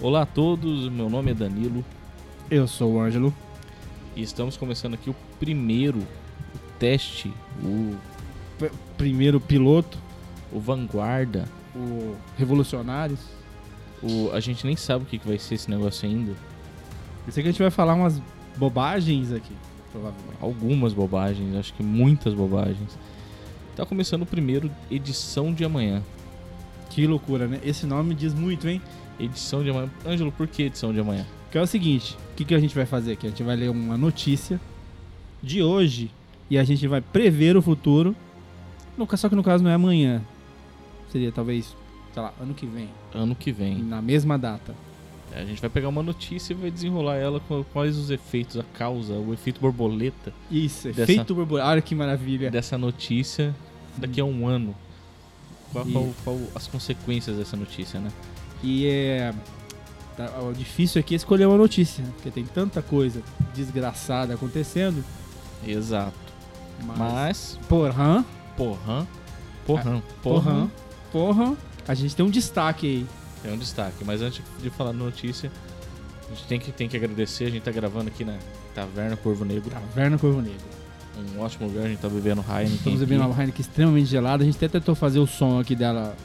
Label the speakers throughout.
Speaker 1: Olá a todos, meu nome é Danilo
Speaker 2: Eu sou o Ângelo.
Speaker 1: e estamos começando aqui o primeiro teste, o,
Speaker 2: Primeiro piloto,
Speaker 1: o Vanguarda.
Speaker 2: o Revolucionários.
Speaker 1: O, a gente nem sabe o que, que vai ser esse negócio ainda.
Speaker 2: Eu sei que a gente vai falar umas bobagens aqui, provavelmente.
Speaker 1: Algumas bobagens, acho que muitas bobagens. Tá começando o primeiro edição de amanhã.
Speaker 2: Que loucura, né? Esse nome diz muito, hein?
Speaker 1: Edição de amanhã. Ângelo, por que edição de amanhã?
Speaker 2: Que é o seguinte, o que, que a gente vai fazer aqui? A gente vai ler uma notícia de hoje e a gente vai prever o futuro. No, ca- só que no caso não é amanhã. Seria talvez, sei lá, ano que vem,
Speaker 1: Ano que vem.
Speaker 2: na mesma data.
Speaker 1: A gente vai pegar uma notícia e vai desenrolar ela com quais os efeitos, a causa, o efeito borboleta
Speaker 2: Isso,
Speaker 1: Dessa-
Speaker 2: efeito borboleta. Olha que maravilha.
Speaker 1: dessa notícia daqui a um ano. Qual,
Speaker 2: Hum. E-
Speaker 1: qual- qual as consequências dessa notícia, né?
Speaker 2: E é. tá- o difícil aqui é escolher uma notícia, né? porque tem tanta coisa desgraçada acontecendo.
Speaker 1: Exato.
Speaker 2: Mas.
Speaker 1: Mas,
Speaker 2: Porra,
Speaker 1: porra, porra, porra,
Speaker 2: Ah, porra, porra. A gente tem um destaque aí.
Speaker 1: é um destaque. Mas antes de falar da notícia, a gente tem que, tem que agradecer. A gente tá gravando aqui na Taverna Corvo Negro,
Speaker 2: Taverna Corvo Negro.
Speaker 1: um ótimo lugar. A gente tá bebendo Heineken.
Speaker 2: Estamos
Speaker 1: aqui.
Speaker 2: bebendo uma Heineken extremamente gelada. A gente até tentou fazer o som aqui dela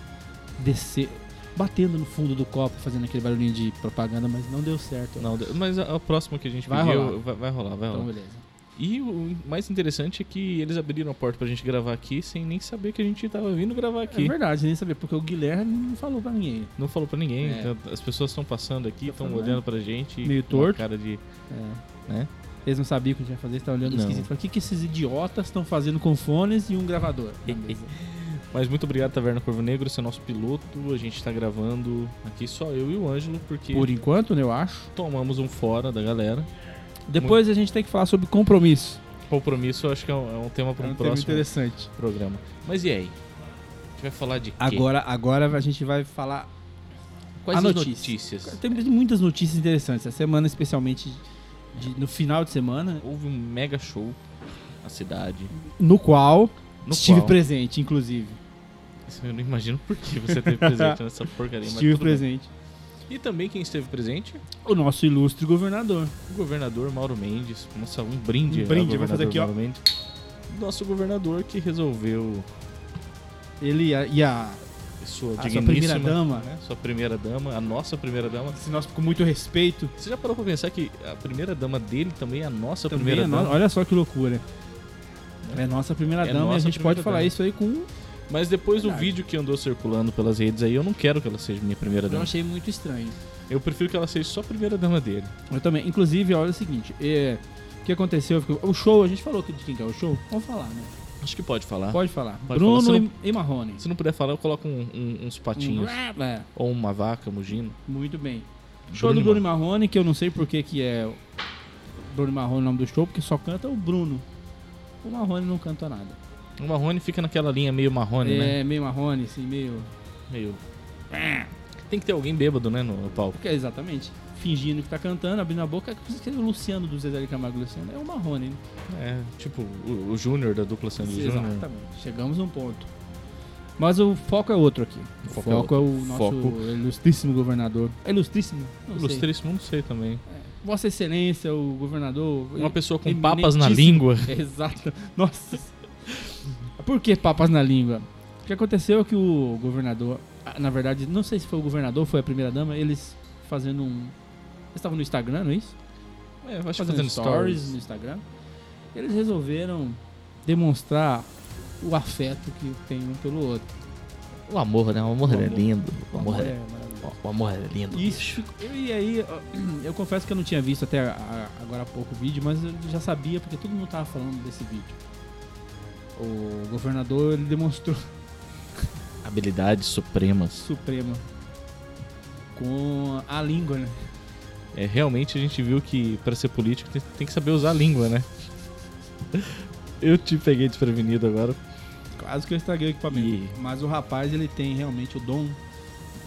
Speaker 2: descer, batendo no fundo do copo, fazendo aquele barulhinho de propaganda, mas não deu certo.
Speaker 1: Não, de- mas a, a próxima que a gente
Speaker 2: Vai
Speaker 1: pediu
Speaker 2: rolar.
Speaker 1: Vai, vai rolar, vai
Speaker 2: Então,
Speaker 1: rolar.
Speaker 2: beleza.
Speaker 1: E o mais interessante é que eles abriram a porta pra gente gravar aqui sem nem saber que a gente tava vindo gravar
Speaker 2: É
Speaker 1: aqui.
Speaker 2: verdade, nem sabia, porque o Guilherme não falou pra ninguém.
Speaker 1: Não falou pra ninguém.
Speaker 2: É.
Speaker 1: então as pessoas estão passando aqui,
Speaker 2: Tá
Speaker 1: estão
Speaker 2: falando.
Speaker 1: olhando pra gente.
Speaker 2: Meio
Speaker 1: com uma
Speaker 2: torto.
Speaker 1: Cara de...
Speaker 2: É.
Speaker 1: Né?
Speaker 2: Eles não sabiam o que a gente ia fazer, eles estavam olhando
Speaker 1: Não.
Speaker 2: esquisito. Falaram, O que, que esses idiotas estão fazendo com fones e um gravador? na mesa?"
Speaker 1: Mas muito obrigado, Taverna Corvo Negro. Esse é o nosso piloto. A gente tá gravando aqui só eu e o Ângelo, porque
Speaker 2: Por enquanto, né, eu acho.
Speaker 1: tomamos um fora da galera.
Speaker 2: Depois a gente tem que falar sobre compromisso.
Speaker 1: Compromisso, eu acho que é um, é um tema para um, próximo
Speaker 2: interessante.
Speaker 1: programa. Mas e aí? A gente vai falar de quê?
Speaker 2: Agora, agora a gente vai falar.
Speaker 1: Quais
Speaker 2: a
Speaker 1: as
Speaker 2: notícia.
Speaker 1: notícias?
Speaker 2: Tem muitas notícias interessantes. Essa semana, especialmente de- no final de semana,
Speaker 1: Houve um mega show na cidade.
Speaker 2: no qual
Speaker 1: No
Speaker 2: estive
Speaker 1: qual...
Speaker 2: presente, inclusive.
Speaker 1: Eu não imagino por que você teve presente nessa porcaria. mas
Speaker 2: estive
Speaker 1: tudo bem.
Speaker 2: presente.
Speaker 1: E também quem esteve presente?
Speaker 2: O nosso ilustre governador.
Speaker 1: O governador Mauro Mendes. Nossa, um brinde.
Speaker 2: Um brinde,
Speaker 1: ao
Speaker 2: vou
Speaker 1: governador
Speaker 2: fazer aqui, ó.
Speaker 1: Mauro Mendes. Nosso governador que resolveu
Speaker 2: Ele e a- e a
Speaker 1: sua
Speaker 2: A Ah, sua
Speaker 1: digníssima...
Speaker 2: primeira dama.
Speaker 1: né? Sua primeira dama, a nossa primeira dama.
Speaker 2: Esse nosso com muito respeito.
Speaker 1: Você já parou pra pensar que a primeira dama dele também é a nossa
Speaker 2: Também
Speaker 1: primeira
Speaker 2: é
Speaker 1: dama?
Speaker 2: no- Olha só que loucura. É nossa primeira
Speaker 1: É
Speaker 2: dama e a
Speaker 1: nossa
Speaker 2: gente pode
Speaker 1: primeira
Speaker 2: falar
Speaker 1: dama.
Speaker 2: isso aí com.
Speaker 1: Mas depois do
Speaker 2: Verdade.
Speaker 1: vídeo que andou circulando pelas redes aí, eu não quero que ela seja minha primeira
Speaker 2: Eu
Speaker 1: dama.
Speaker 2: achei muito estranho.
Speaker 1: Eu prefiro que ela seja só a primeira dama dele.
Speaker 2: Eu também. Inclusive, olha o seguinte: é, o que aconteceu? Ficou- O show, a gente falou que- de quem que é o show? Vamos falar, né?
Speaker 1: Acho que pode falar.
Speaker 2: Pode falar.
Speaker 1: Tá. Pode
Speaker 2: Bruno
Speaker 1: falar, se
Speaker 2: e, e Marrone.
Speaker 1: Se não puder falar, eu coloco um- um- uns
Speaker 2: Um-
Speaker 1: patinhos.
Speaker 2: É,
Speaker 1: Ou uma vaca um mugindo.
Speaker 2: muito bem. Show do
Speaker 1: e
Speaker 2: Bruno e Marrone, que eu não sei por que que é o Bruno e Marrone o nome do show, porque só canta o Bruno. O Marrone não canta nada.
Speaker 1: O Marrone fica naquela linha meio marrone, né?
Speaker 2: é, meio Marrone, assim, meio.
Speaker 1: Meio. Tem que ter alguém bêbado, né, no, no palco.
Speaker 2: Porque, exatamente. Fingindo que tá cantando, abrindo a boca, é como se fosse o Luciano do Zezé de Camargo e Luciano. É o Marrone, né?
Speaker 1: É, tipo, o, o Júnior da dupla Sandy Júnior.
Speaker 2: Exatamente. Chegamos num ponto. Mas o foco é outro aqui. O
Speaker 1: foco
Speaker 2: foco,
Speaker 1: é
Speaker 2: é,
Speaker 1: outro.
Speaker 2: o nosso
Speaker 1: Foco.
Speaker 2: ilustríssimo governador. É ilustríssimo? Não sei.
Speaker 1: Ilustríssimo, não sei também.
Speaker 2: Vossa Excelência, o governador.
Speaker 1: Uma pessoa com
Speaker 2: Eminentíssimo.
Speaker 1: papas na língua.
Speaker 2: Exato. Nossa. Por que papas na língua? O que aconteceu é que o governador, ah, na verdade, não sei se foi o governador ou foi a primeira dama, eles fazendo um. Eles estavam no Instagram, não é isso?
Speaker 1: É, eu acho que
Speaker 2: fazendo,
Speaker 1: fazendo
Speaker 2: stories,
Speaker 1: stories.
Speaker 2: no Instagram. Eles resolveram demonstrar o afeto que tem um pelo outro.
Speaker 1: O amor, né? O amor,
Speaker 2: O
Speaker 1: é
Speaker 2: amor.
Speaker 1: lindo. O
Speaker 2: O
Speaker 1: amor
Speaker 2: amor
Speaker 1: é,
Speaker 2: é maravilhoso.
Speaker 1: o amor é lindo.
Speaker 2: Isso. Eu- E aí, ó, eu confesso que eu não tinha visto até a- a- agora há pouco o vídeo, mas eu já sabia porque todo mundo tava falando desse vídeo. O governador ele demonstrou
Speaker 1: Habilidades supremas.
Speaker 2: Suprema com a língua, né?
Speaker 1: É, realmente a gente viu que pra ser político tem, tem que saber usar a língua, né? Eu te peguei desprevenido agora.
Speaker 2: Quase que eu estraguei o equipamento.
Speaker 1: E-
Speaker 2: Mas o rapaz ele tem realmente o dom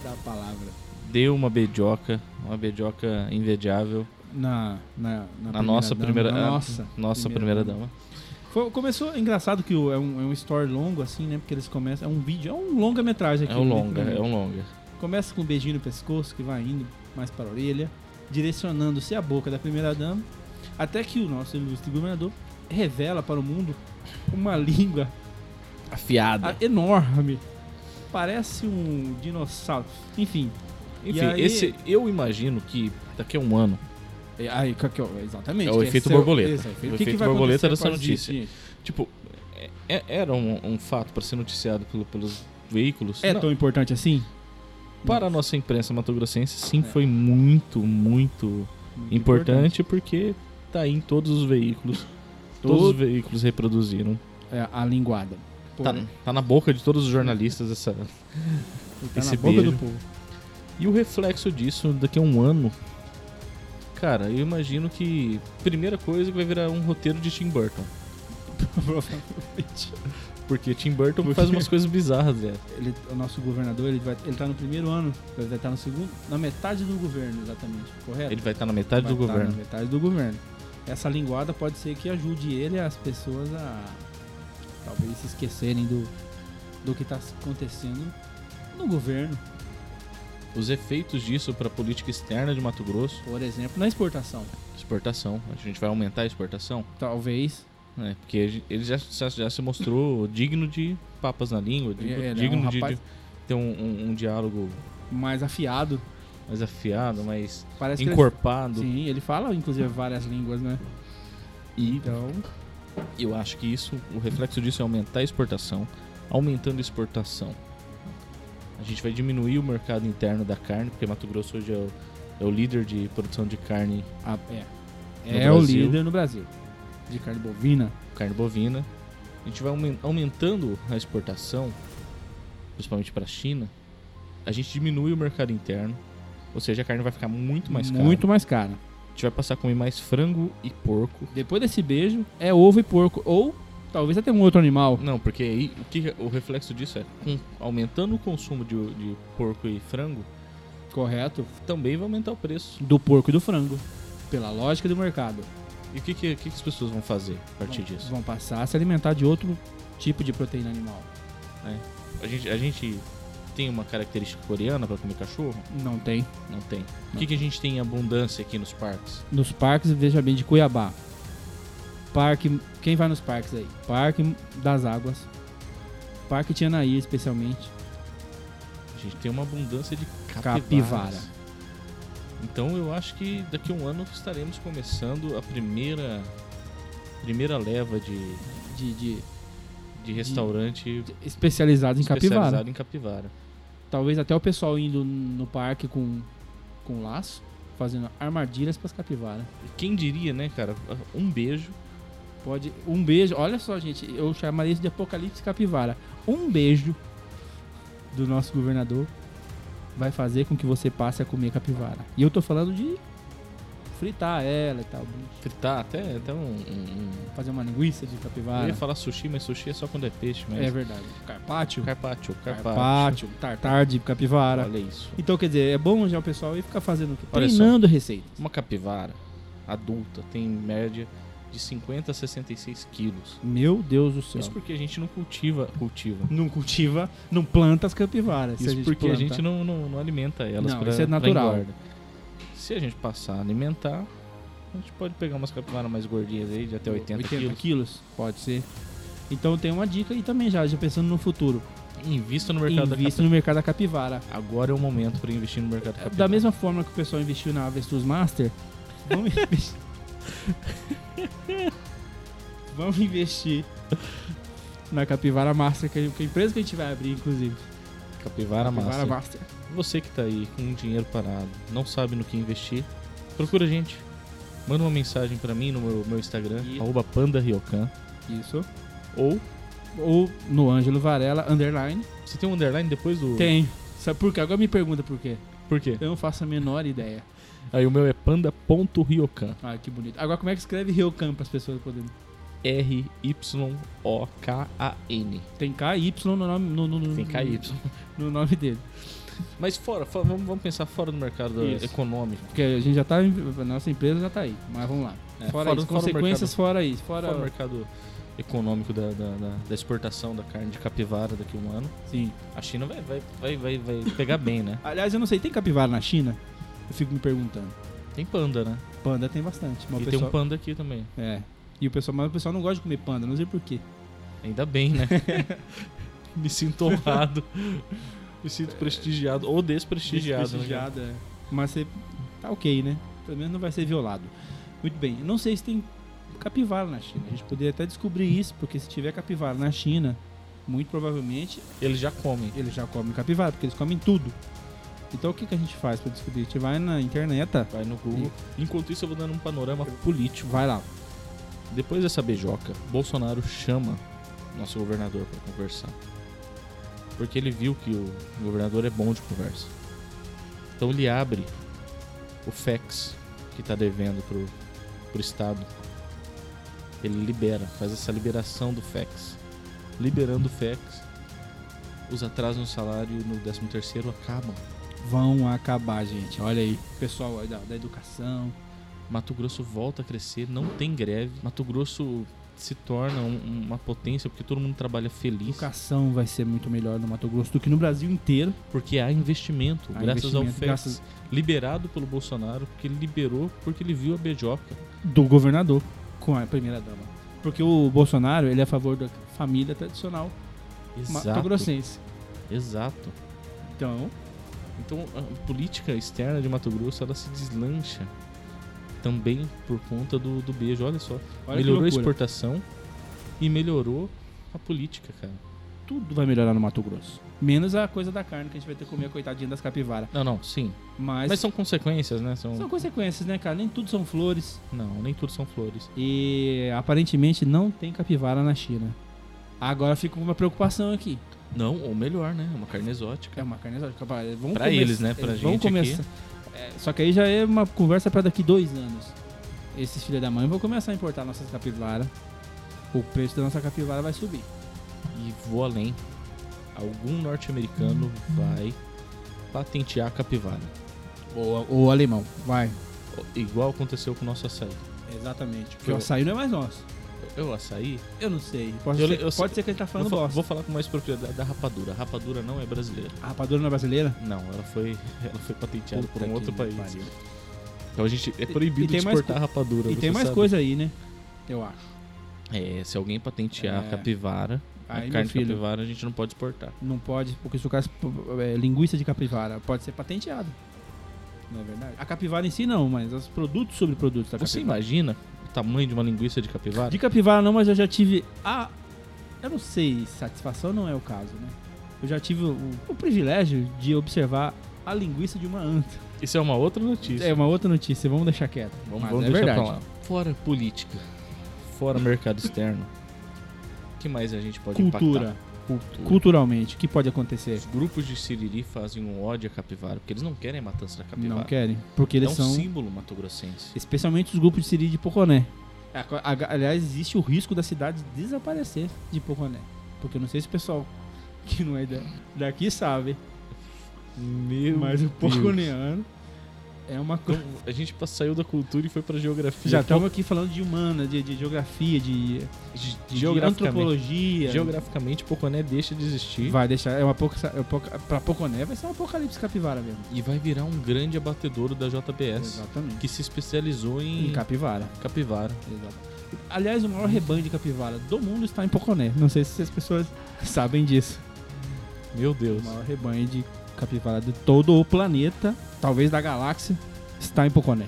Speaker 2: da palavra
Speaker 1: Deu uma bedioca, uma bedioca invejável
Speaker 2: na, na, na,
Speaker 1: na nossa
Speaker 2: dama,
Speaker 1: primeira,
Speaker 2: na
Speaker 1: a-
Speaker 2: nossa,
Speaker 1: nossa primeira dama.
Speaker 2: Foi- começou engraçado que o- é um, é um story longo assim, né? Porque eles começam é um vídeo, é um longa metragem aqui.
Speaker 1: É um longa, é um longa.
Speaker 2: Começa com um beijinho no pescoço que vai indo, mais para a orelha, direcionando-se à boca da primeira-dama, até que o nosso ilustre governador revela para o mundo uma língua
Speaker 1: Afiada.
Speaker 2: a- enorme. Parece um dinossauro. Enfim.
Speaker 1: Enfim,
Speaker 2: e aí-
Speaker 1: esse eu imagino que daqui a um ano
Speaker 2: é- aí, que- que- exatamente.
Speaker 1: É o
Speaker 2: que
Speaker 1: efeito
Speaker 2: esse é
Speaker 1: borboleta.
Speaker 2: esse é o efeito.
Speaker 1: O
Speaker 2: O que, que
Speaker 1: efeito
Speaker 2: vai
Speaker 1: borboleta
Speaker 2: acontecer
Speaker 1: dessa
Speaker 2: após disso,
Speaker 1: notícia.
Speaker 2: gente?
Speaker 1: Tipo, é- é- era um, um fato para ser noticiado pelo- pelos veículos.
Speaker 2: É
Speaker 1: Não,
Speaker 2: tão importante assim?
Speaker 1: para a nossa imprensa mato-grossense, sim,
Speaker 2: É.
Speaker 1: foi muito, muito
Speaker 2: Muito
Speaker 1: importante, porque tá aí em todos os veículos.
Speaker 2: Todo-
Speaker 1: Todos os veículos reproduziram.
Speaker 2: É, a linguada. Pô,
Speaker 1: Tá, tá na boca de todos os jornalistas essa.
Speaker 2: tá
Speaker 1: esse
Speaker 2: na boca
Speaker 1: beijo.
Speaker 2: do povo.
Speaker 1: E o reflexo disso daqui a um ano. Cara, eu imagino que. Primeira coisa que vai virar um roteiro de Tim Burton.
Speaker 2: Provavelmente.
Speaker 1: Porque Tim Burton
Speaker 2: Porque-
Speaker 1: faz umas coisas bizarras, velho.
Speaker 2: Ele- o nosso governador, ele vai ele tá no primeiro ano, ele vai estar no segundo, na metade do governo, exatamente, correto?
Speaker 1: Ele vai estar na metade do
Speaker 2: Vai tá
Speaker 1: governo.
Speaker 2: Na metade do governo. Essa linguada pode ser que ajude ele e as pessoas a talvez se esquecerem do, do que está acontecendo no governo,
Speaker 1: Os efeitos disso para a política externa de Mato Grosso,
Speaker 2: por exemplo, na exportação.
Speaker 1: exportação. A gente vai aumentar a exportação,
Speaker 2: Talvez.
Speaker 1: né? Porque a gen- ele já, já- já se mostrou digno de papas na língua, digno,
Speaker 2: Ele é um
Speaker 1: digno de,
Speaker 2: rapaz-
Speaker 1: de ter um, um- um diálogo
Speaker 2: Mais afiado.
Speaker 1: mais afiado, mais
Speaker 2: Parece que
Speaker 1: encorpado.
Speaker 2: ele, Sim, ele fala inclusive várias línguas, né?
Speaker 1: E
Speaker 2: Então,
Speaker 1: eu acho que isso, o reflexo disso é aumentar a exportação. Aumentando a exportação, a gente vai diminuir o mercado interno da carne, porque Mato Grosso hoje é o, é o líder de produção de carne,
Speaker 2: a- é.
Speaker 1: No
Speaker 2: É o
Speaker 1: Brasil.
Speaker 2: líder no Brasil. De carne bovina.
Speaker 1: carne bovina. A gente vai aumen- aumentando a exportação, principalmente para a China. A gente diminui o mercado interno, ou seja, a carne vai ficar muito mais cara.
Speaker 2: Muito mais cara.
Speaker 1: A gente vai passar a comer mais frango e porco.
Speaker 2: Depois desse beijo, é ovo e porco. Ou talvez até um outro animal.
Speaker 1: Não, porque aí o, que, o reflexo disso é, com- aumentando o consumo de, de porco e frango,
Speaker 2: Correto?
Speaker 1: também vai aumentar o preço.
Speaker 2: Do porco e do frango. Pela lógica do mercado.
Speaker 1: E o que, que, o que que as pessoas vão fazer a partir
Speaker 2: vão,
Speaker 1: disso?
Speaker 2: Vão passar a se alimentar de outro tipo de proteína animal.
Speaker 1: A gente, a gente tem uma característica coreana para comer cachorro?
Speaker 2: Não tem.
Speaker 1: Não tem. O que,
Speaker 2: Não.
Speaker 1: que a gente tem em abundância aqui nos parques?
Speaker 2: Nos parques, veja bem, de Cuiabá. Parque. Quem vai nos parques aí? Parque das Águas. Parque Tianaí, especialmente.
Speaker 1: A gente tem uma abundância de capivaras.
Speaker 2: Capivara.
Speaker 1: Então eu acho que daqui a um ano estaremos começando a primeira primeira leva de,
Speaker 2: De, de-
Speaker 1: de restaurante
Speaker 2: de- especializados em capivara.
Speaker 1: especializado em capivara.
Speaker 2: Talvez até o pessoal indo no parque com, com laço, fazendo armadilhas para as capivaras.
Speaker 1: E Quem diria, né, cara? Um beijo.
Speaker 2: Pode. Um beijo. Olha só, gente. Eu chamaria isso de apocalipse capivara. Um beijo do nosso governador vai fazer com que você passe a comer capivara. E eu tô falando de fritar ela e tal. bicho.
Speaker 1: Fritar até, até um, um- um-
Speaker 2: Fazer uma linguiça de
Speaker 1: Eu
Speaker 2: capivara.
Speaker 1: ia falar sushi, mas sushi é só quando é peixe, mas.
Speaker 2: É verdade. Carpaccio.
Speaker 1: Carpaccio, carpaccio.
Speaker 2: Carpaccio. Tartar de capivara.
Speaker 1: Olha isso.
Speaker 2: Então, quer dizer, é bom já o pessoal ir ficar fazendo o quê?
Speaker 1: Olha só.
Speaker 2: Treinando receita.
Speaker 1: Uma capivara adulta tem em média de 50 a 66 quilos.
Speaker 2: Meu Deus do céu.
Speaker 1: Isso porque a gente não cultiva. cultiva.
Speaker 2: Não cultiva, não planta as capivaras. Se
Speaker 1: Isso porque a
Speaker 2: planta-
Speaker 1: gente não, não, não alimenta elas
Speaker 2: Não,
Speaker 1: pra,
Speaker 2: isso é
Speaker 1: pra
Speaker 2: natural.
Speaker 1: engorda. Se a gente passar a alimentar, a gente pode pegar umas capivaras mais gordinhas aí, de até 80, quilos.
Speaker 2: Pode ser. Então tem uma dica aí também já, já pensando no futuro.
Speaker 1: Invista no mercado da
Speaker 2: Invista no mercado da capivara.
Speaker 1: capivara. Agora é o momento para investir no mercado da capivara.
Speaker 2: Da mesma forma que o pessoal investiu na Avestruz Master, vamos investir. vamos investir na Capivara Master, que é a empresa que a gente vai abrir, inclusive.
Speaker 1: capivara
Speaker 2: capivara
Speaker 1: massa.
Speaker 2: Master.
Speaker 1: Você que tá aí com dinheiro parado, não sabe no que investir, procura a gente. Manda uma mensagem para mim no meu, meu Instagram,
Speaker 2: Isso.
Speaker 1: arroba pandariocan.
Speaker 2: Isso.
Speaker 1: Ou
Speaker 2: Ou no Ângelo Varela, underline.
Speaker 1: você tem um underline depois do.
Speaker 2: Tem. Sabe por quê? Agora me pergunta por quê.
Speaker 1: Por quê?
Speaker 2: Eu não faço a menor ideia.
Speaker 1: Aí o meu é panda.riocan.
Speaker 2: Ah, que bonito. Agora como é que escreve Ryokan para as pessoas poderem
Speaker 1: R-Y-O-K-A-N.
Speaker 2: Tem KY no nome, no, no, no-
Speaker 1: Tem KY.
Speaker 2: no nome dele.
Speaker 1: Mas fora, fora- vamos, vamos pensar fora do mercado
Speaker 2: Isso.
Speaker 1: econômico.
Speaker 2: Porque a gente já tá. em- A nossa empresa já tá aí. Mas vamos lá.
Speaker 1: É,
Speaker 2: fora,
Speaker 1: fora-
Speaker 2: isso,
Speaker 1: fora o
Speaker 2: consequências fora isso.
Speaker 1: Fora,
Speaker 2: Fora.
Speaker 1: o mercado econômico da, da, da- da exportação da carne de capivara daqui a um ano.
Speaker 2: Sim.
Speaker 1: A China vai, vai, vai, vai, vai pegar bem, né?
Speaker 2: Aliás, eu não sei, tem capivara na China? eu fico me perguntando.
Speaker 1: Tem panda, né?
Speaker 2: Panda tem bastante. Mas
Speaker 1: e
Speaker 2: o
Speaker 1: tem um
Speaker 2: pessoal,
Speaker 1: panda aqui também.
Speaker 2: É. E o pessoal, mas o pessoal não gosta de comer panda, não sei porquê.
Speaker 1: Ainda bem, né? Me sinto honrado. Me sinto prestigiado. Ou desprestigiado. Né?
Speaker 2: Prestigiado, é. Mas você tá ok, né? Pelo menos não vai ser violado. Muito bem. Eu não sei se tem capivara na China. A gente poderia até descobrir isso, porque se tiver capivara na China, muito provavelmente
Speaker 1: Eles já comem.
Speaker 2: eles já comem capivara, porque eles comem tudo. Então o que, que a gente faz pra descobrir? A gente vai na internet,
Speaker 1: Vai no Google. Enquanto isso, eu vou dando um panorama político.
Speaker 2: vai lá.
Speaker 1: Depois dessa beijoca, Bolsonaro chama nosso governador para conversar. Porque ele viu que o governador é bom de conversa. Então ele abre o fax que tá devendo pro, pro estado. Ele libera, faz essa liberação do fax. Liberando o fax, os atrasos no salário no 13 terceiro acabam.
Speaker 2: Vão acabar, gente. Olha aí. Pessoal aí da, da educação.
Speaker 1: Mato Grosso volta a crescer, não tem greve. Mato Grosso se torna um- uma potência porque todo mundo trabalha feliz.
Speaker 2: Educação vai ser muito melhor no Mato Grosso do que no Brasil inteiro.
Speaker 1: Porque há investimento,
Speaker 2: Há
Speaker 1: graças ao
Speaker 2: investimento,
Speaker 1: FEX,
Speaker 2: graças-
Speaker 1: liberado pelo Bolsonaro, porque ele liberou, porque ele viu a beijoca.
Speaker 2: do governador com a primeira dama. Porque o Bolsonaro, ele é a favor da família tradicional mato-grossense.
Speaker 1: Exato.
Speaker 2: Então,
Speaker 1: Então, a política externa de Mato Grosso, ela se deslancha também por conta do, do beijo. Olha só,
Speaker 2: olha
Speaker 1: melhorou a
Speaker 2: que loucura.
Speaker 1: exportação e melhorou a política, cara.
Speaker 2: Tudo vai melhorar no Mato Grosso. Menos a coisa da carne que a gente vai ter que comer, coitadinha das capivaras.
Speaker 1: Não, não, sim.
Speaker 2: Mas,
Speaker 1: Mas são consequências, né? São...
Speaker 2: são consequências, né, cara? Nem tudo são flores.
Speaker 1: Não, nem tudo são flores.
Speaker 2: E aparentemente não tem capivara na China. Agora fica uma preocupação aqui.
Speaker 1: Não, ou melhor, né? Uma carne exótica.
Speaker 2: É uma carne exótica. pá, Vamos
Speaker 1: Pra
Speaker 2: comer-
Speaker 1: eles, né? Pra
Speaker 2: Vamos
Speaker 1: gente aqui.
Speaker 2: começar. É, só que aí já é uma conversa pra daqui dois anos. Esses filhos da mãe vão começar a importar nossas capivaras. O preço da nossa capivara vai subir.
Speaker 1: E vou além. Algum norte-americano vai patentear a capivara.
Speaker 2: O alemão, vai.
Speaker 1: Igual aconteceu com o nosso açaí.
Speaker 2: Exatamente. Porque
Speaker 1: Eu-
Speaker 2: o açaí não é mais nosso.
Speaker 1: Eu, açaí,
Speaker 2: Eu não sei. Pode,
Speaker 1: Eu-
Speaker 2: ser,
Speaker 1: eu sei-
Speaker 2: pode ser que ele tá
Speaker 1: vou,
Speaker 2: falando
Speaker 1: fa-
Speaker 2: bosta.
Speaker 1: vou falar com mais propriedade da rapadura. A rapadura não é brasileira.
Speaker 2: A rapadura não é brasileira?
Speaker 1: Não, ela foi, ela foi patenteada por
Speaker 2: Puta
Speaker 1: um
Speaker 2: que
Speaker 1: outro país.
Speaker 2: pariu.
Speaker 1: Então a gente é
Speaker 2: E-
Speaker 1: proibido
Speaker 2: e tem
Speaker 1: de
Speaker 2: mais
Speaker 1: exportar a rapadura.
Speaker 2: E
Speaker 1: você
Speaker 2: tem mais
Speaker 1: sabe?
Speaker 2: coisa aí, né? Eu acho.
Speaker 1: É, se alguém patentear
Speaker 2: É.
Speaker 1: a capivara,
Speaker 2: Aí,
Speaker 1: a
Speaker 2: meu
Speaker 1: carne de
Speaker 2: filho,
Speaker 1: capivara, a gente não pode exportar.
Speaker 2: não pode, porque se o caso é, linguiça de capivara pode ser patenteada. Não é verdade? A capivara em si não, mas os produtos sobre produtos da
Speaker 1: Você
Speaker 2: capivara.
Speaker 1: imagina o tamanho de uma linguiça de capivara?
Speaker 2: De capivara não, mas eu já tive a. Eu não sei, satisfação não é o caso, né? Eu já tive o, o privilégio de observar a linguiça de uma anta.
Speaker 1: Isso é uma outra notícia.
Speaker 2: É uma outra notícia, vamos deixar quieto.
Speaker 1: Vamos,
Speaker 2: Mas
Speaker 1: vamos
Speaker 2: é
Speaker 1: deixar
Speaker 2: verdade.
Speaker 1: pra lá. Fora política, fora mercado externo, o que mais a gente pode
Speaker 2: Cultura.
Speaker 1: impactar? Cultura.
Speaker 2: Culturalmente, o que pode acontecer?
Speaker 1: Os grupos de Siriri fazem um ódio à capivara, porque eles não querem a matança da capivara.
Speaker 2: Não querem, porque eles
Speaker 1: é um
Speaker 2: são.
Speaker 1: símbolo mato-grossense.
Speaker 2: Especialmente os grupos de Siri de Poconé. É, A- a- Aliás, existe o risco da cidade desaparecer de Poconé. Porque eu não sei se o pessoal que não é da- daqui sabe,
Speaker 1: Meu
Speaker 2: mas um o poconeano é uma coisa.
Speaker 1: Então, A gente pa- saiu da cultura e foi pra geografia.
Speaker 2: Já
Speaker 1: Então,
Speaker 2: estamos aqui falando de humana, de, de geografia, de, de-
Speaker 1: ge-
Speaker 2: de
Speaker 1: geograficamente,
Speaker 2: antropologia.
Speaker 1: geograficamente, Poconé deixa de existir
Speaker 2: Vai deixar. É uma apoca- é apoca- pra Poconé vai ser um apocalipse capivara mesmo.
Speaker 1: e vai virar um grande abatedouro da JBS,
Speaker 2: Exatamente.
Speaker 1: que se especializou em,
Speaker 2: Em capivara.
Speaker 1: capivara.
Speaker 2: Exato. Aliás, o maior rebanho de capivara do mundo está em Poconé. Não sei se as pessoas sabem disso.
Speaker 1: Meu
Speaker 2: O
Speaker 1: Deus.
Speaker 2: maior rebanho de capivara de todo o planeta, talvez da galáxia, está em Poconé.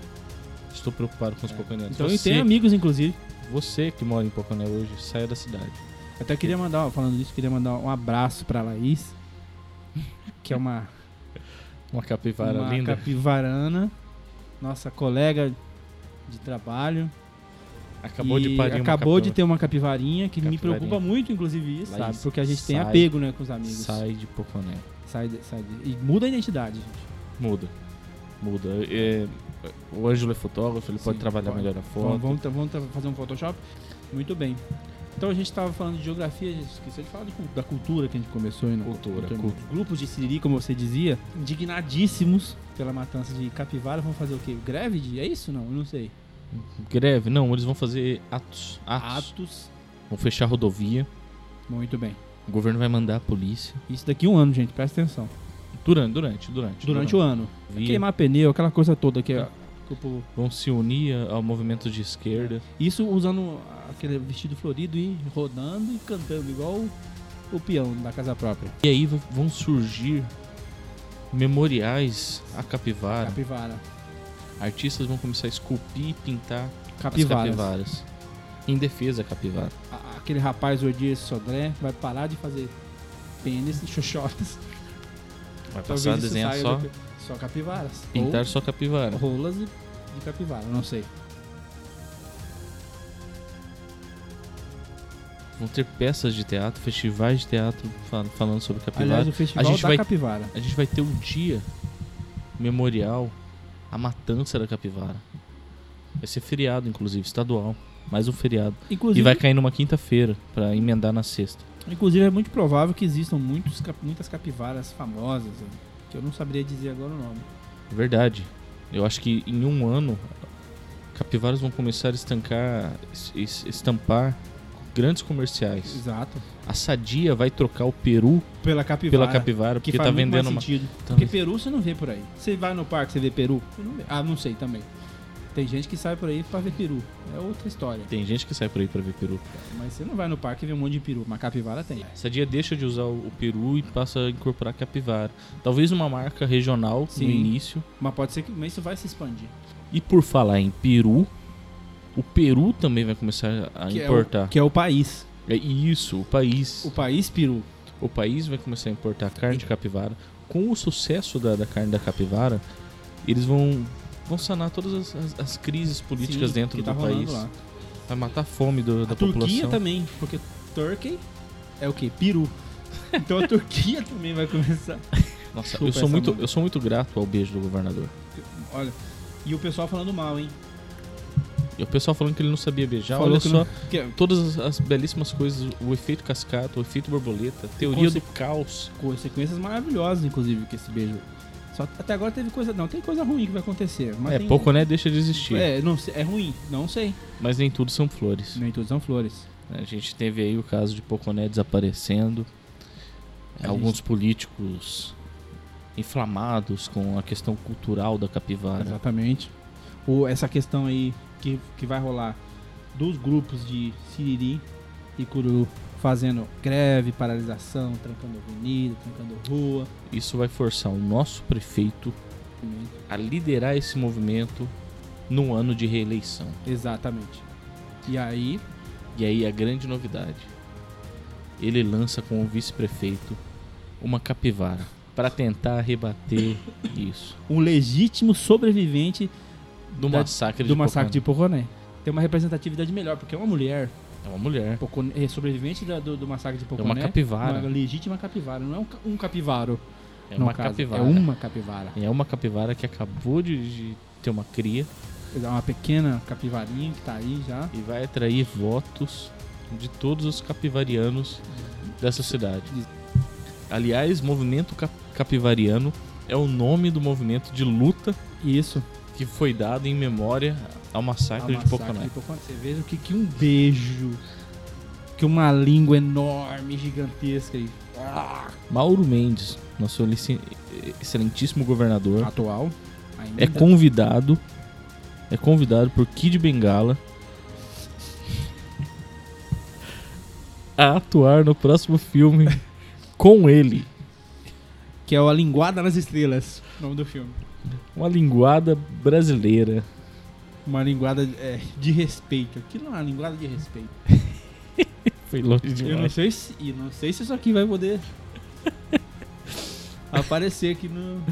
Speaker 1: Estou preocupado com os
Speaker 2: É.
Speaker 1: poconeanos.
Speaker 2: Então, e
Speaker 1: Você
Speaker 2: tem amigos, inclusive.
Speaker 1: Você que mora em Poconé hoje, saia da cidade.
Speaker 2: Até queria mandar, ó, falando disso, queria mandar um abraço pra Laís, que é uma,
Speaker 1: Uma capivara
Speaker 2: uma
Speaker 1: linda.
Speaker 2: capivarana, nossa colega de trabalho.
Speaker 1: Acabou de
Speaker 2: E
Speaker 1: parir uma
Speaker 2: Acabou de
Speaker 1: capivara.
Speaker 2: ter uma capivarinha, que me
Speaker 1: Capivarinha.
Speaker 2: preocupa muito, inclusive, isso,
Speaker 1: Laís,
Speaker 2: sabe? Porque a gente tem
Speaker 1: sai.
Speaker 2: apego, né, com os amigos.
Speaker 1: Sai de Poconé.
Speaker 2: Sai, de- sai de- E muda a identidade, gente.
Speaker 1: Muda. Muda. É, o Ângelo é fotógrafo, ele pode Então
Speaker 2: Sim,
Speaker 1: trabalhar
Speaker 2: pode.
Speaker 1: melhor a foto.
Speaker 2: Vamos, vamos, tra- vamos tra- fazer um Photoshop? Muito bem. Então a gente estava falando de geografia, a gente esqueceu de falar de cul- da cultura que a gente começou. aí na-
Speaker 1: Cultura,
Speaker 2: no termo.
Speaker 1: cultura.
Speaker 2: Grupos de Siriri, como você dizia, indignadíssimos pela matança de capivara, vão fazer o quê? Greve? de- É isso? Não, eu não sei.
Speaker 1: Greve? Não, eles vão fazer atos. Atos.
Speaker 2: Atos.
Speaker 1: Vão fechar a rodovia.
Speaker 2: Muito bem.
Speaker 1: O governo vai mandar a polícia.
Speaker 2: Isso daqui a um ano, gente, presta atenção.
Speaker 1: Durante, durante, durante.
Speaker 2: durante o ano.
Speaker 1: Via,
Speaker 2: Queimar pneu, aquela coisa toda que é. que o povo-
Speaker 1: Vão se unir ao movimento de esquerda.
Speaker 2: Isso usando aquele vestido florido e rodando e cantando, igual o, o peão da casa própria.
Speaker 1: E aí v- vão surgir memoriais à capivara.
Speaker 2: Capivara.
Speaker 1: Artistas vão começar a esculpir e pintar
Speaker 2: Capivara.
Speaker 1: as capivaras. Em defesa da capivara.
Speaker 2: A- Aquele rapaz Odias Sodré vai parar de fazer pênis e xoxotes.
Speaker 1: Vai
Speaker 2: Talvez
Speaker 1: passar a
Speaker 2: isso
Speaker 1: desenhar
Speaker 2: saia
Speaker 1: Tá só,
Speaker 2: do- só capivaras.
Speaker 1: pintar só capivara.
Speaker 2: Ou rolas de, de capivara, não sei.
Speaker 1: Vão ter peças de teatro, festivais de teatro fal- falando sobre capivara.
Speaker 2: Aliás, o festival
Speaker 1: A gente
Speaker 2: da
Speaker 1: vai-
Speaker 2: capivara.
Speaker 1: A gente vai ter um dia memorial à matança da capivara. Vai ser feriado, inclusive, estadual. Mais um feriado.
Speaker 2: Inclusive,
Speaker 1: E vai cair numa quinta-feira, pra emendar na sexta.
Speaker 2: inclusive é muito provável que existam muitos, cap- muitas capivaras famosas, né? que eu não saberia dizer agora o nome.
Speaker 1: É Verdade. Eu acho que em um ano, capivaras vão começar a estancar, es- es- estampar grandes comerciais.
Speaker 2: Exato.
Speaker 1: A Sadia vai trocar o Peru
Speaker 2: Pela capivara.
Speaker 1: pela capivara,
Speaker 2: Que
Speaker 1: porque
Speaker 2: faz
Speaker 1: tá
Speaker 2: muito
Speaker 1: vendendo
Speaker 2: mais
Speaker 1: uma...
Speaker 2: sentido.
Speaker 1: Então,
Speaker 2: Porque peru você não vê por aí. Você vai no parque, você vê peru? Você não vê. Ah, não sei também. Tem gente que sai por aí pra ver peru. É outra história.
Speaker 1: Tem gente que sai por aí pra ver peru.
Speaker 2: Mas você não vai no parque e vê um monte de peru. Mas capivara tem.
Speaker 1: A Sadia deixa de usar o o peru e passa a incorporar capivara. Talvez uma marca regional
Speaker 2: Sim.
Speaker 1: no início.
Speaker 2: Mas pode ser que mas isso vai se expandir.
Speaker 1: E por falar em peru, o Peru também vai começar a
Speaker 2: Que é o-
Speaker 1: importar.
Speaker 2: Que é o país.
Speaker 1: É isso, o país.
Speaker 2: O país peru.
Speaker 1: O país vai começar a importar carne de capivara. Com o sucesso da, da carne da capivara, eles vão, vão sanar todas as, as- as crises políticas
Speaker 2: Sim,
Speaker 1: dentro
Speaker 2: que tá
Speaker 1: do
Speaker 2: rolando
Speaker 1: país.
Speaker 2: lá.
Speaker 1: Vai matar a fome do- da
Speaker 2: a Turquia
Speaker 1: população.
Speaker 2: também. Porque Turkey é o quê? Peru. Então a Turquia também vai começar.
Speaker 1: Nossa,
Speaker 2: Chupa
Speaker 1: eu sou,
Speaker 2: essa
Speaker 1: muito,
Speaker 2: mão.
Speaker 1: eu sou muito grato ao beijo do governador.
Speaker 2: Olha. E o pessoal falando mal, hein?
Speaker 1: E o pessoal falando que ele não sabia beijar,
Speaker 2: Falou
Speaker 1: olha
Speaker 2: que
Speaker 1: só.
Speaker 2: não- que é
Speaker 1: Todas as, as belíssimas coisas, o efeito cascata, o efeito borboleta, a teoria
Speaker 2: Conce-
Speaker 1: do caos.
Speaker 2: consequências maravilhosas, inclusive, que esse beijo. Só até agora teve coisa. Não, tem coisa ruim que vai acontecer. Mas
Speaker 1: é
Speaker 2: tem-
Speaker 1: pouco, né? Deixa de existir.
Speaker 2: É, não, sei- é ruim, não sei.
Speaker 1: Mas nem tudo são flores.
Speaker 2: Nem todos são flores.
Speaker 1: A gente teve aí o caso de Poconé desaparecendo.
Speaker 2: A
Speaker 1: Alguns políticos inflamados com a questão cultural da capivara.
Speaker 2: Exatamente. Ou essa questão aí que, que vai rolar dos grupos de Siriri e Cururu fazendo greve, paralisação, trancando avenida, trancando rua.
Speaker 1: Isso vai forçar o nosso prefeito a liderar esse movimento num ano de reeleição.
Speaker 2: Exatamente. E aí,
Speaker 1: E aí a grande novidade. Ele lança com o vice-prefeito uma capivara para tentar rebater isso.
Speaker 2: um legítimo sobrevivente
Speaker 1: Do
Speaker 2: Da-
Speaker 1: massacre
Speaker 2: do massacre
Speaker 1: Poconé.
Speaker 2: de Poconé. Tem uma representatividade melhor, porque é uma mulher
Speaker 1: É uma mulher.
Speaker 2: Poconé- é sobrevivente da- do, do massacre de
Speaker 1: É
Speaker 2: Poconé.
Speaker 1: uma capivara.
Speaker 2: né? Uma legítima capivara, não é um, ca- um capivaro.
Speaker 1: É
Speaker 2: no
Speaker 1: uma
Speaker 2: caso.
Speaker 1: capivara.
Speaker 2: É uma capivara.
Speaker 1: É uma capivara que acabou de, de ter uma cria
Speaker 2: É uma pequena capivarinha que tá aí já.
Speaker 1: e vai atrair votos de todos os capivarianos dessa cidade. Aliás, Movimento Cap- Capivariano é o nome do movimento de luta
Speaker 2: Isso.
Speaker 1: que foi dado em memória ao massacre,
Speaker 2: Ao
Speaker 1: de
Speaker 2: massacre
Speaker 1: Poconé.
Speaker 2: Tá, de Poconé. Você veja o que, que um beijo, que uma língua enorme, gigantesca e
Speaker 1: Mauro Mendes, nosso lici- excelentíssimo governador,
Speaker 2: atual. Ainda.
Speaker 1: é convidado é convidado por Kid Bengala a atuar no próximo filme com ele.
Speaker 2: Que é o A Linguada nas Estrelas, o nome do filme.
Speaker 1: Uma linguada brasileira.
Speaker 2: Uma linguada é, de respeito. Aquilo é uma linguada de respeito.
Speaker 1: Foi longe
Speaker 2: Eu não
Speaker 1: demais.
Speaker 2: sei se, e não sei se isso aqui vai poder aparecer aqui no,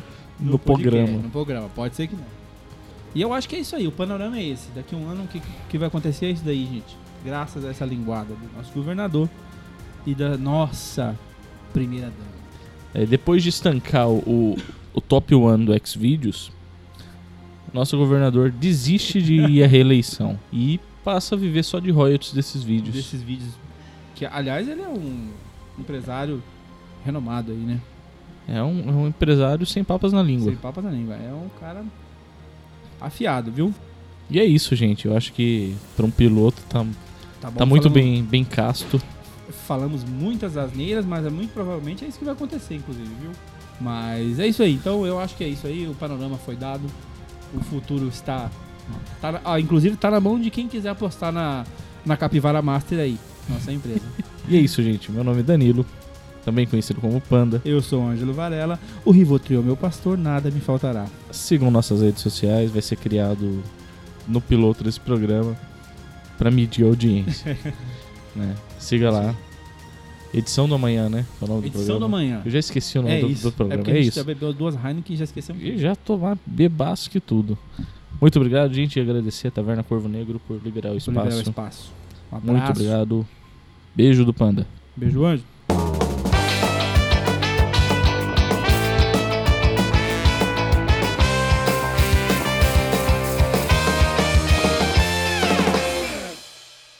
Speaker 1: No
Speaker 2: podcast,
Speaker 1: programa.
Speaker 2: No programa, pode ser que não. E eu acho que é isso aí, o panorama é esse. Daqui a um ano o que, que vai acontecer é isso daí, gente. Graças a essa linguada do nosso governador e da nossa primeira dama.
Speaker 1: É, depois de estancar o, o top 1 do Xvideos, nosso governador desiste de ir à reeleição e passa a viver só de royalties desses vídeos.
Speaker 2: Desses vídeos. Que, aliás, ele é um empresário renomado aí, né?
Speaker 1: É, um, é um empresário sem papas na língua.
Speaker 2: Sem papas na língua. É um cara afiado, viu?
Speaker 1: E é isso, gente. Eu acho que pra um piloto tá,
Speaker 2: bom,
Speaker 1: tá muito
Speaker 2: falando-
Speaker 1: bem, bem casto.
Speaker 2: falamos muitas asneiras, mas é muito provavelmente é isso que vai acontecer, inclusive, viu? Mas é isso aí. Então eu acho que é isso aí. O panorama foi dado. O futuro está. tá na- ah, inclusive tá na mão de quem quiser apostar na, na Capivara Master aí. Nossa empresa.
Speaker 1: E é isso, gente. Meu nome é Danilo, também conhecido como Panda.
Speaker 2: eu sou o Ângelo Varela. O Rivotril é meu pastor. Nada me faltará.
Speaker 1: Sigam nossas redes sociais, vai ser criado no piloto desse programa pra medir a audiência. né? Siga lá. Edição do amanhã, né? É o nome do
Speaker 2: Edição da
Speaker 1: programa.
Speaker 2: manhã.
Speaker 1: Eu já esqueci o nome
Speaker 2: É
Speaker 1: do,
Speaker 2: isso.
Speaker 1: do programa.
Speaker 2: porque
Speaker 1: É,
Speaker 2: a gente tá
Speaker 1: isso.
Speaker 2: já bebeu duas Heineken e já esqueceu.
Speaker 1: E já tomar bebaço que tudo. Muito obrigado, gente. E agradecer a Taverna Corvo Negro por liberar o
Speaker 2: Vou liberar o
Speaker 1: espaço.
Speaker 2: espaço. Um abraço.
Speaker 1: Muito obrigado. Beijo do Panda.
Speaker 2: Beijo, Anjo.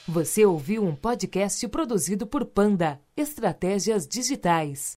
Speaker 3: Você ouviu um podcast produzido por Panda Estratégias Digitais.